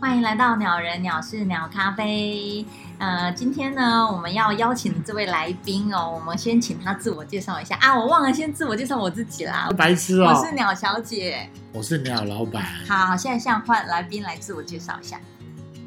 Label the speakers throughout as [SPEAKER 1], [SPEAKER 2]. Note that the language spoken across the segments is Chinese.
[SPEAKER 1] 欢迎来到鸟人鸟事鸟咖啡。呃，今天呢，我们要邀请的这位来宾哦，我们先请他自我介绍一下啊，我忘了先自我介绍我自己啦。
[SPEAKER 2] 白痴
[SPEAKER 1] 我
[SPEAKER 2] 哦、
[SPEAKER 1] 是鸟小姐，
[SPEAKER 2] 我是鸟老板，
[SPEAKER 1] 好，现在向换来宾来自我介绍一下。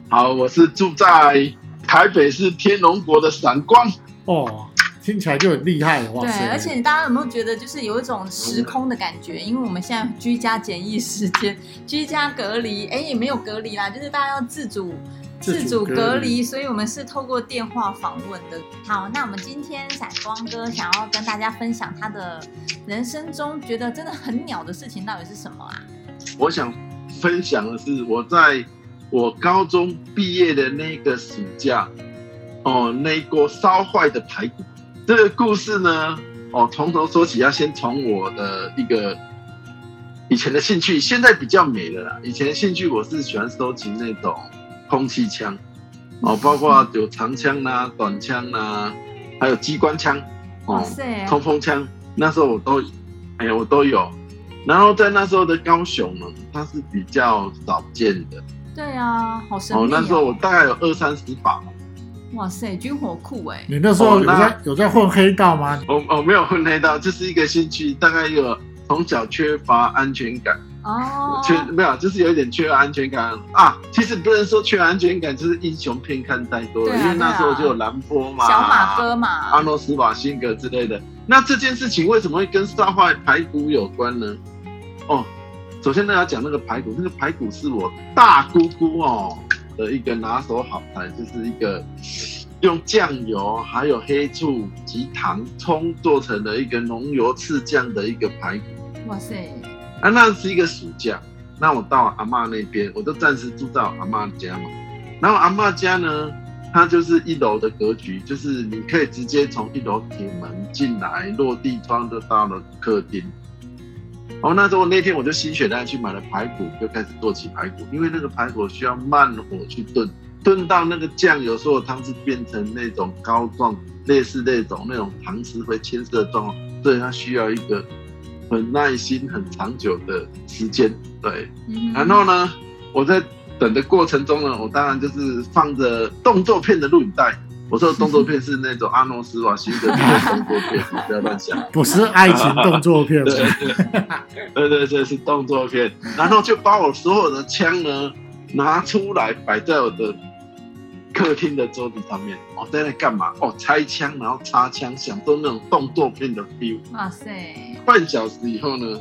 [SPEAKER 3] 好，我是住在台北市天龙国的闪光。
[SPEAKER 2] 哦，听起来就很厉害，哇塞！
[SPEAKER 1] 对，而且大家有没有觉得，就是有一种时空的感觉？因为我们现在居家检疫时间，居家隔离，哎，也没有隔离啦，就是大家要自主
[SPEAKER 2] 自主
[SPEAKER 1] 主
[SPEAKER 2] 隔
[SPEAKER 1] 隔
[SPEAKER 2] 离
[SPEAKER 1] 离，所以我们是透过电话访问的。好，那我们今天闪光哥想要跟大家分享他的人生中觉得真的很鸟的事情到底是什么啊？
[SPEAKER 3] 我想分享的是，我在我高中毕业的那个暑假，哦，那一锅烧坏的排骨。这个故事呢，哦，从头说起，要先从我的一个以前的兴趣，现在比较没了啦。以前的兴趣我是喜欢收集那种空气枪，哦，包括有长枪啦、短枪啦、还有机关枪，
[SPEAKER 1] 哇
[SPEAKER 3] 哦，
[SPEAKER 1] 塞，
[SPEAKER 3] 冲锋枪，那时候我都，哎、我都有。然后在那时候的高雄呢，它是比较少见的。
[SPEAKER 1] 对啊，好神秘、
[SPEAKER 3] 哦，那时候我大概有二三十把吧。
[SPEAKER 1] 哇塞，军火库哎、
[SPEAKER 2] 你那时候
[SPEAKER 3] 哦
[SPEAKER 2] 有在、
[SPEAKER 3] 那
[SPEAKER 2] 有在混黑道吗？
[SPEAKER 3] 我我哦没有 混黑道，就是一个兴趣，大概有从小缺乏安全感，
[SPEAKER 1] 哦，
[SPEAKER 3] 缺没有，就是有一点缺乏安全感啊。其实不能说缺乏安全感，就是英雄片看太多了，
[SPEAKER 1] 对啊
[SPEAKER 3] 因为那时候
[SPEAKER 1] 对啊
[SPEAKER 3] 就有兰波嘛，
[SPEAKER 1] 小马哥嘛，
[SPEAKER 3] 阿诺斯瓦辛格之类的。那这件事情为什么会跟烧坏排骨有关呢？哦，首先呢要讲那个排骨，那个排骨是我大姑姑哦的一个拿手好菜，就是一个用酱油还有黑醋及糖葱做成的一个浓油赤酱的一个排骨。
[SPEAKER 1] 哇塞，
[SPEAKER 3] 啊，那是一个暑假，那我到阿嬷那边，我就暂时住在我阿嬷家嘛。然后阿嬷家呢，它就是一楼的格局，就是你可以直接从一楼铁门进来，落地窗就到了客厅。哦，那时候那天我就心血来潮去买了排骨，就开始做起排骨，因为那个排骨需要慢火去炖，炖到那个酱油所有汤汁变成那种膏状，类似那种那种糖丝会牵涉的状况，所以它需要一个很耐心、很长久的时间。对，
[SPEAKER 1] 嗯
[SPEAKER 3] 然后呢，我在等的过程中呢，我当然就是放着动作片的录影带。我说的动作片是那种阿诺斯瓦辛格的动作片，你不要乱想。
[SPEAKER 2] 不是爱情动作片 吗？
[SPEAKER 3] 对对对，是动作片。然后就把我所有的枪呢拿出来摆在我的客厅的桌子上面。我、在那干嘛？哦，拆枪，然后插枪，享受那种动作片的 feel。
[SPEAKER 1] 哇塞，
[SPEAKER 3] 半小时以后呢，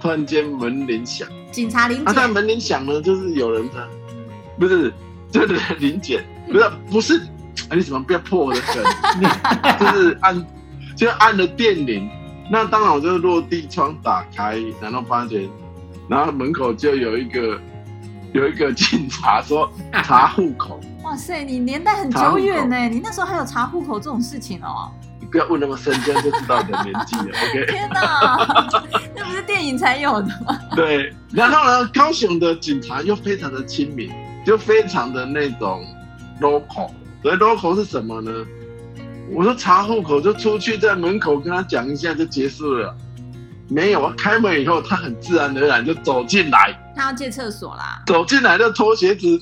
[SPEAKER 3] 突然间门铃响。
[SPEAKER 1] 警察林姐，
[SPEAKER 3] 啊，但门铃响呢，就是有人的，不是，就是林姐，不是不是，哎，你怎么不要破我的梗？ 就是按，就是按了电铃。那当然，我就落地窗打开，然后发觉，然后门口就有一个有一个警察说查户口，
[SPEAKER 1] 哇塞，你年代很久远呢，你那时候还有查户口这种事情 哦，
[SPEAKER 3] 你不要问那么深，这样就知道你的年纪了。OK。
[SPEAKER 1] 天哪， 那不是电影才有的吗？
[SPEAKER 3] 对，然后呢，高雄的警察又非常的亲民，就非常的那种 local。所以 local 是什么呢？我说查户口就出去，在门口跟他讲一下就结束了。没有，我开门以后，他很自然而然就走进来，
[SPEAKER 1] 他要借厕所啦，
[SPEAKER 3] 走进来就脱鞋子。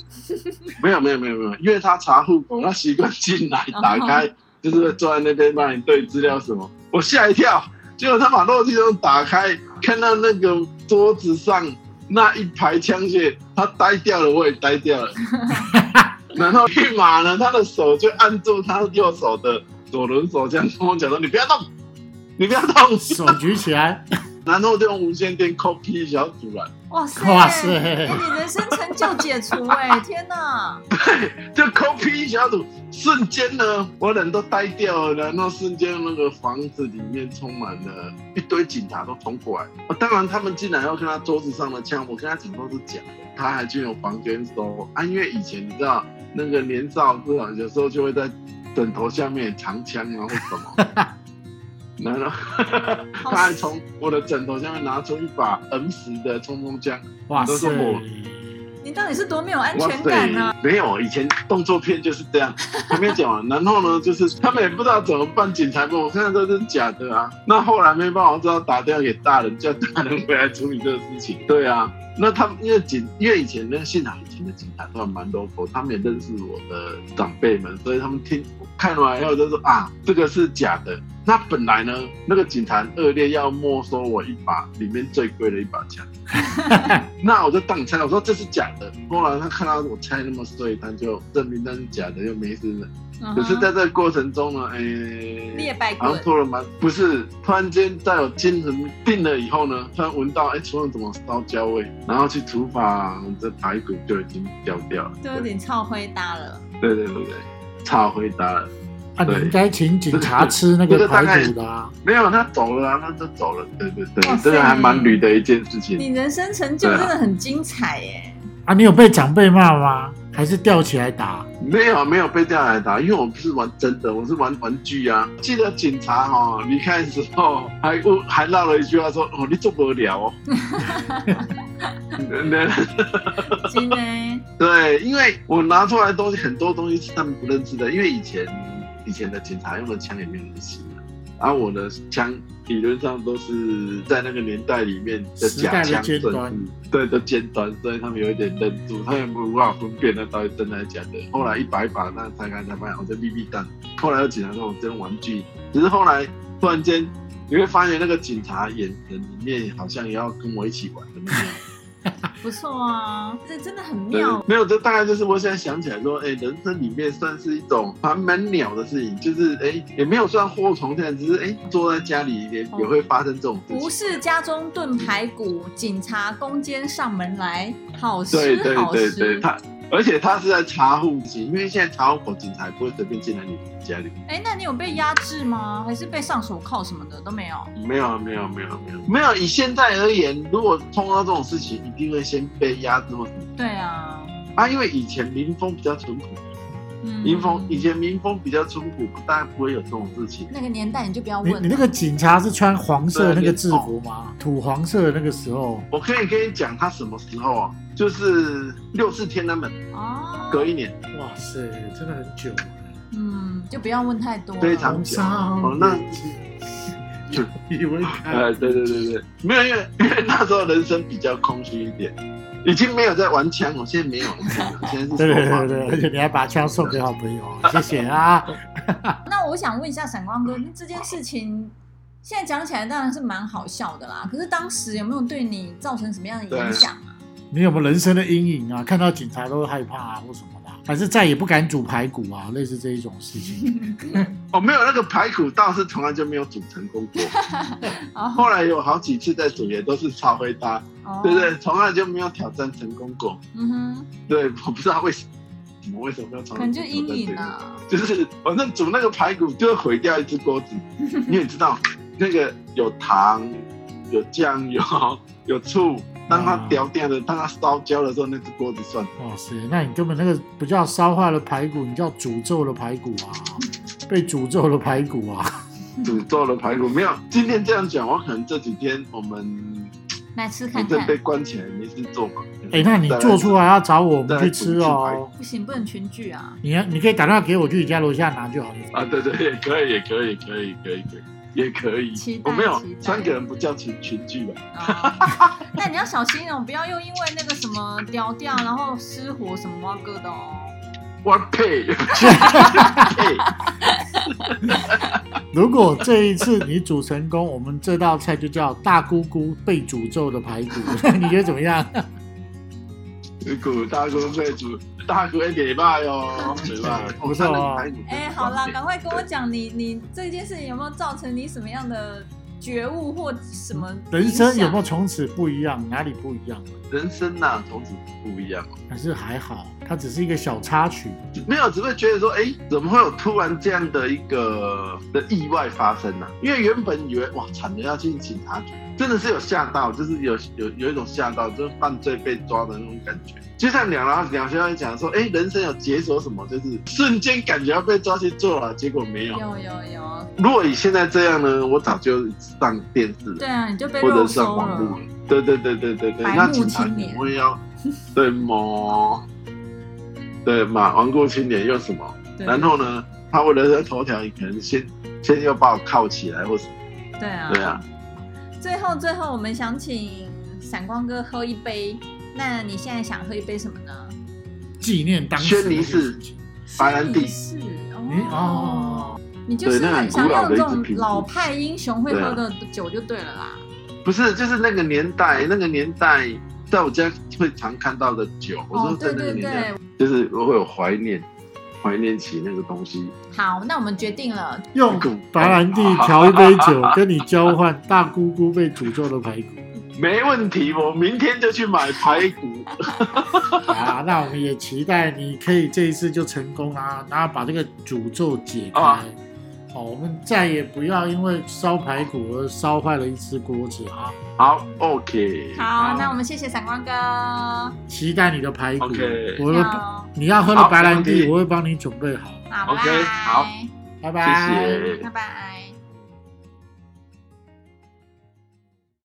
[SPEAKER 3] 没有，没有，没有，没有，因为他查户口，他习惯进来打开，就是会坐在那边帮你对资料什么。我吓一跳，结果他把落地窗打开，看到那个桌子上那一排枪械，他呆掉了，我也呆掉了。然后立马呢，他的手就按住他右手的左轮手，这样跟我讲说：“你不要动，你不要动。”
[SPEAKER 2] 手举起来，
[SPEAKER 3] 然后就用无线电 copy 小主人，
[SPEAKER 1] 哇塞，
[SPEAKER 2] 哇塞
[SPEAKER 1] 哎你人生成就解除哎、 天哪！
[SPEAKER 3] 就 copy 小组，瞬间呢，我人都呆掉了，然后瞬间那个房子里面充满了一堆警察都冲过来，哦、当然他们进来要看他桌子上的枪，我跟他讲都是假的，他还去我房间搜啊，因为以前你知道那个年少不少，有时候就会在枕头下面藏枪啊或什么。 然后他还从我的枕头下面拿出一把 M 十的冲锋枪，
[SPEAKER 2] 哇
[SPEAKER 3] 都
[SPEAKER 2] 塞
[SPEAKER 3] 是我！
[SPEAKER 1] 你到底是多没有安全感啊呢、
[SPEAKER 3] 没有，以前动作片就是这样，还没 讲完。然后呢，就是他们也不知道怎么办，警察跟我看这是假的啊。那后来没办法，我只好打电话给大人，叫大人回来处理这个事情。对啊，那他们因为警，因为以前那个现场以前的警察都还蛮 local，他们也认识我的长辈们，所以他们听看完以后就说啊，这个是假的。那本来呢，那个警察恶劣要没收我一把里面最贵的一把枪。那我就当猜，我说这是假的。后来他看到我猜那么碎，他就证明那是假的，又没事了。
[SPEAKER 1] 嗯哼
[SPEAKER 3] 可是在这个过程中呢，哎、
[SPEAKER 1] 裂败
[SPEAKER 3] 好像
[SPEAKER 1] 棍，
[SPEAKER 3] 拖了蛮不是，突然间在我精神定了以后呢，突然闻到哎厨房怎么烧焦味，然后去厨房这排骨就已经焦掉了。
[SPEAKER 1] 就有点超灰搭了。
[SPEAKER 3] 对对对对，差回答了，
[SPEAKER 2] 啊，你
[SPEAKER 3] 对
[SPEAKER 2] 应该请警察吃那
[SPEAKER 3] 这
[SPEAKER 2] 个
[SPEAKER 3] 个 大概
[SPEAKER 2] 排骨的啊！
[SPEAKER 3] 没有他走了啊，他就走了。对对
[SPEAKER 1] 哇
[SPEAKER 3] 对，
[SPEAKER 1] 塞
[SPEAKER 3] 这个还蛮驴的一件事情。
[SPEAKER 1] 你人生成就
[SPEAKER 3] 对啊
[SPEAKER 1] 真的很精彩耶、
[SPEAKER 2] 啊，你有被长辈骂吗？还是吊起来打？
[SPEAKER 3] 没有没有被调来打，因为我不是玩真的，我是玩玩具啊。记得警察哈、离开的时候还问还唠了一句话说：“哦，你做不了哦。”
[SPEAKER 1] 真 的。
[SPEAKER 3] 对，因为我拿出来的东西很多东西是他们不认识的，因为以前以前的警察用的枪也没有人洗的，而、我的枪理论上都是在那个年代里面的
[SPEAKER 2] 时代
[SPEAKER 3] 假
[SPEAKER 2] 的
[SPEAKER 3] 枪，
[SPEAKER 2] 尖端
[SPEAKER 3] 甚至对的尖端，所以他们有一点愣住，他们无法分辨那到底真的还是假的。后来一把一把那拆开才发现，哦，这 BB 弹。后来有警察说我真玩具，只是后来突然间你会发现那个警察眼神里面好像也要跟我一起玩的那样。
[SPEAKER 1] 嗯不错啊，这真的很
[SPEAKER 3] 对
[SPEAKER 1] 妙，
[SPEAKER 3] 没有，这大概就是我现在想起来说，哎、人生里面算是一种还蛮鸟的事情，就是哎、也没有算祸从天，只是哎、坐在家里也也会发生这种事
[SPEAKER 1] 不
[SPEAKER 3] 情。
[SPEAKER 1] 是家中炖排骨，警察攻坚上门来，好
[SPEAKER 3] 对
[SPEAKER 1] 吃
[SPEAKER 3] 对
[SPEAKER 1] 好
[SPEAKER 3] 对对，
[SPEAKER 1] 吃。
[SPEAKER 3] 他而且他是在查户籍，因为现在查户口警察也不会随便进来你家里。
[SPEAKER 1] 哎、那你有被压制吗？还是被上手铐什么的都没有？
[SPEAKER 3] 没有没有没有没有没有，以现在而言，如果碰到这种事情，一定会先被压制或什么
[SPEAKER 1] 对啊，
[SPEAKER 3] 啊，因为以前民风比较淳朴，
[SPEAKER 1] 嗯，
[SPEAKER 3] 民风以前民风比较淳朴，大概不会有这种事情。
[SPEAKER 1] 那个年代你就不要
[SPEAKER 2] 你
[SPEAKER 1] 问
[SPEAKER 2] 你那个警察是穿黄色
[SPEAKER 3] 对
[SPEAKER 2] 那个
[SPEAKER 3] 连
[SPEAKER 2] 制服吗？土黄色的那个时候，
[SPEAKER 3] 我可以跟你讲他什么时候啊？就是六四天安门
[SPEAKER 1] 哦，
[SPEAKER 3] 隔一年，
[SPEAKER 2] 哇塞，真的很久。
[SPEAKER 1] 嗯，就不要问太多了。
[SPEAKER 3] 非常
[SPEAKER 2] 红
[SPEAKER 3] 久
[SPEAKER 2] 烧
[SPEAKER 3] 哦那
[SPEAKER 2] 就以为看
[SPEAKER 3] 呃，对对对对，没有，因为因为那时候人生比较空虚一点，已经没有在玩枪，我现在没有了，我现 在
[SPEAKER 2] 对
[SPEAKER 3] 是
[SPEAKER 2] 对
[SPEAKER 3] 说话
[SPEAKER 2] 对对，而且你还把枪送给好朋友， 谢谢啊！
[SPEAKER 1] 那我想问一下闪光哥，那这件事情现在讲起来当然是蛮好笑的啦，可是当时有没有对你造成什么样的影响啊？
[SPEAKER 2] 你有没有人生的阴影啊？看到警察都会害怕啊，或什么的啊，还是再也不敢煮排骨啊，类似这一种事 情。
[SPEAKER 3] 哦，没有那个排骨倒是从来就没有煮成功过，
[SPEAKER 1] 哦，
[SPEAKER 3] 后来有好几次在煮也都是超回答，
[SPEAKER 1] 哦
[SPEAKER 3] 对不，对？从来就没有挑战成功过，
[SPEAKER 1] 嗯哼，
[SPEAKER 3] 对，我不知道为什么。我为什么要从
[SPEAKER 1] 可
[SPEAKER 3] 来
[SPEAKER 1] 能
[SPEAKER 3] 不
[SPEAKER 1] 就
[SPEAKER 3] 挑战
[SPEAKER 1] 阴
[SPEAKER 3] 成
[SPEAKER 1] 影
[SPEAKER 3] 功
[SPEAKER 1] 啊。
[SPEAKER 3] 就是反正煮那个排骨就会毁掉一只锅子，你也知道那个有糖、有酱油、有醋，当
[SPEAKER 1] 啊
[SPEAKER 3] 它掉掉的，当它烧焦的时候，那只锅子算
[SPEAKER 2] 哇塞，那你根本那个不叫烧坏了排骨，你叫诅咒了排骨啊，被诅咒了排骨 啊！
[SPEAKER 3] 诅咒了排骨。没有，今天这样讲，我可能这几天我们
[SPEAKER 1] 来吃看
[SPEAKER 3] 反正
[SPEAKER 1] 看
[SPEAKER 3] 被，关起来没事做嘛。
[SPEAKER 2] 哎、那你做出来要找我我们去吃
[SPEAKER 3] 再来煮一次排
[SPEAKER 2] 哦
[SPEAKER 3] 骨。
[SPEAKER 1] 不行，不能群聚啊。
[SPEAKER 2] 你要你可以打电话给我，去你家楼下拿就好了。
[SPEAKER 3] 啊？对对，也可以，也可以，可以，可以，可以。也可以
[SPEAKER 1] 期，待
[SPEAKER 3] 我没有
[SPEAKER 1] 期待
[SPEAKER 3] 三个人不叫群群聚吧？
[SPEAKER 1] 哦但你要小心哦，不要又因为那个什么调调，然后失火什么哥的哦。
[SPEAKER 3] 我 呸！呸！
[SPEAKER 2] 如果这一次你煮成功，我们这道菜就叫大姑姑被诅咒的排骨， 你觉得怎么样？
[SPEAKER 3] 一股大锅配煮，大锅给拜 哦，给拜，
[SPEAKER 2] 不错哦
[SPEAKER 1] 哎哎，好啦，赶快跟我讲你你这件事情有没有造成你什么样的觉悟或什么
[SPEAKER 2] 人生有没有
[SPEAKER 1] 有？
[SPEAKER 2] 从此不一样？哪里不一样？
[SPEAKER 3] 人生呐、从此不一样，
[SPEAKER 2] 还是还好，它只是一个小插曲。
[SPEAKER 3] 没有，只会觉得说，哎，怎么会有突然这样的一个的意外发生呢、因为原本以为哇，惨了要进警察局，真的是有吓到，就是有有有一种吓到，就是犯罪被抓的那种感觉。就像两老两学员讲说，哎，人生有解锁什么，就是瞬间感觉要被抓去做了，结果没有。
[SPEAKER 1] 有有有，
[SPEAKER 3] 如果以现在这样呢，我早就上电视
[SPEAKER 1] 对
[SPEAKER 3] 了，
[SPEAKER 1] 啊，你就被
[SPEAKER 3] 或者
[SPEAKER 1] 肉
[SPEAKER 3] 上
[SPEAKER 1] 收
[SPEAKER 3] 网络
[SPEAKER 1] 了
[SPEAKER 3] 了。。对对对对对对，
[SPEAKER 1] 白目
[SPEAKER 3] 那警察
[SPEAKER 1] 青年
[SPEAKER 3] 怎么会 要对吗？对嘛，亡过青年又什么？
[SPEAKER 1] 对
[SPEAKER 3] 然后呢，他为了这头条，可能先先要把我铐起来，或什么？
[SPEAKER 1] 对啊，
[SPEAKER 3] 对啊。
[SPEAKER 1] 最后最后，我们想请闪光哥喝一杯。那你现在想喝一杯什么呢？
[SPEAKER 2] 纪念当时
[SPEAKER 3] 轩尼
[SPEAKER 2] 那件
[SPEAKER 3] 诗
[SPEAKER 2] 事情
[SPEAKER 3] 白兰地
[SPEAKER 1] 是
[SPEAKER 2] 诶
[SPEAKER 1] 哦
[SPEAKER 2] 哦，
[SPEAKER 1] 你就是
[SPEAKER 3] 对那
[SPEAKER 1] 很
[SPEAKER 3] 很
[SPEAKER 1] 想
[SPEAKER 3] 古
[SPEAKER 1] 用
[SPEAKER 3] 老
[SPEAKER 1] 这
[SPEAKER 3] 的一支
[SPEAKER 1] 种
[SPEAKER 3] 瓶子
[SPEAKER 1] 老派英雄
[SPEAKER 3] 啊
[SPEAKER 1] 会喝的酒就对了啦。
[SPEAKER 3] 不是，就是那个年代，那个年代，在我家会常看到的酒，我
[SPEAKER 1] 哦
[SPEAKER 3] 说，
[SPEAKER 1] 对
[SPEAKER 3] 在那个
[SPEAKER 1] 对
[SPEAKER 3] 年代，
[SPEAKER 1] 对，
[SPEAKER 3] 就是我会有怀念，怀念起那个东西。
[SPEAKER 1] 好，那我们决定了，
[SPEAKER 2] 用白兰地调一杯酒，跟你交换大姑姑被诅咒的排骨。
[SPEAKER 3] 没问题，我明天就去买排骨。
[SPEAKER 2] 好，啊那我们也期待你可以这一次就成功啦、然后把这个诅咒解开。
[SPEAKER 3] 啊
[SPEAKER 2] 好，我们再也不要因为烧排骨而烧坏了一只锅子啊！
[SPEAKER 3] 好，OK。
[SPEAKER 1] 好，那我们谢谢闪光哥。
[SPEAKER 2] 期待你的排骨
[SPEAKER 3] OK
[SPEAKER 2] 我的
[SPEAKER 1] 好
[SPEAKER 2] 你要喝的白兰
[SPEAKER 3] 好没
[SPEAKER 2] 地，
[SPEAKER 3] 问题
[SPEAKER 2] 我会帮你准备好。
[SPEAKER 1] 好，拜
[SPEAKER 3] OK，好
[SPEAKER 1] 拜，
[SPEAKER 2] 拜拜。
[SPEAKER 3] 谢谢。
[SPEAKER 1] 拜拜。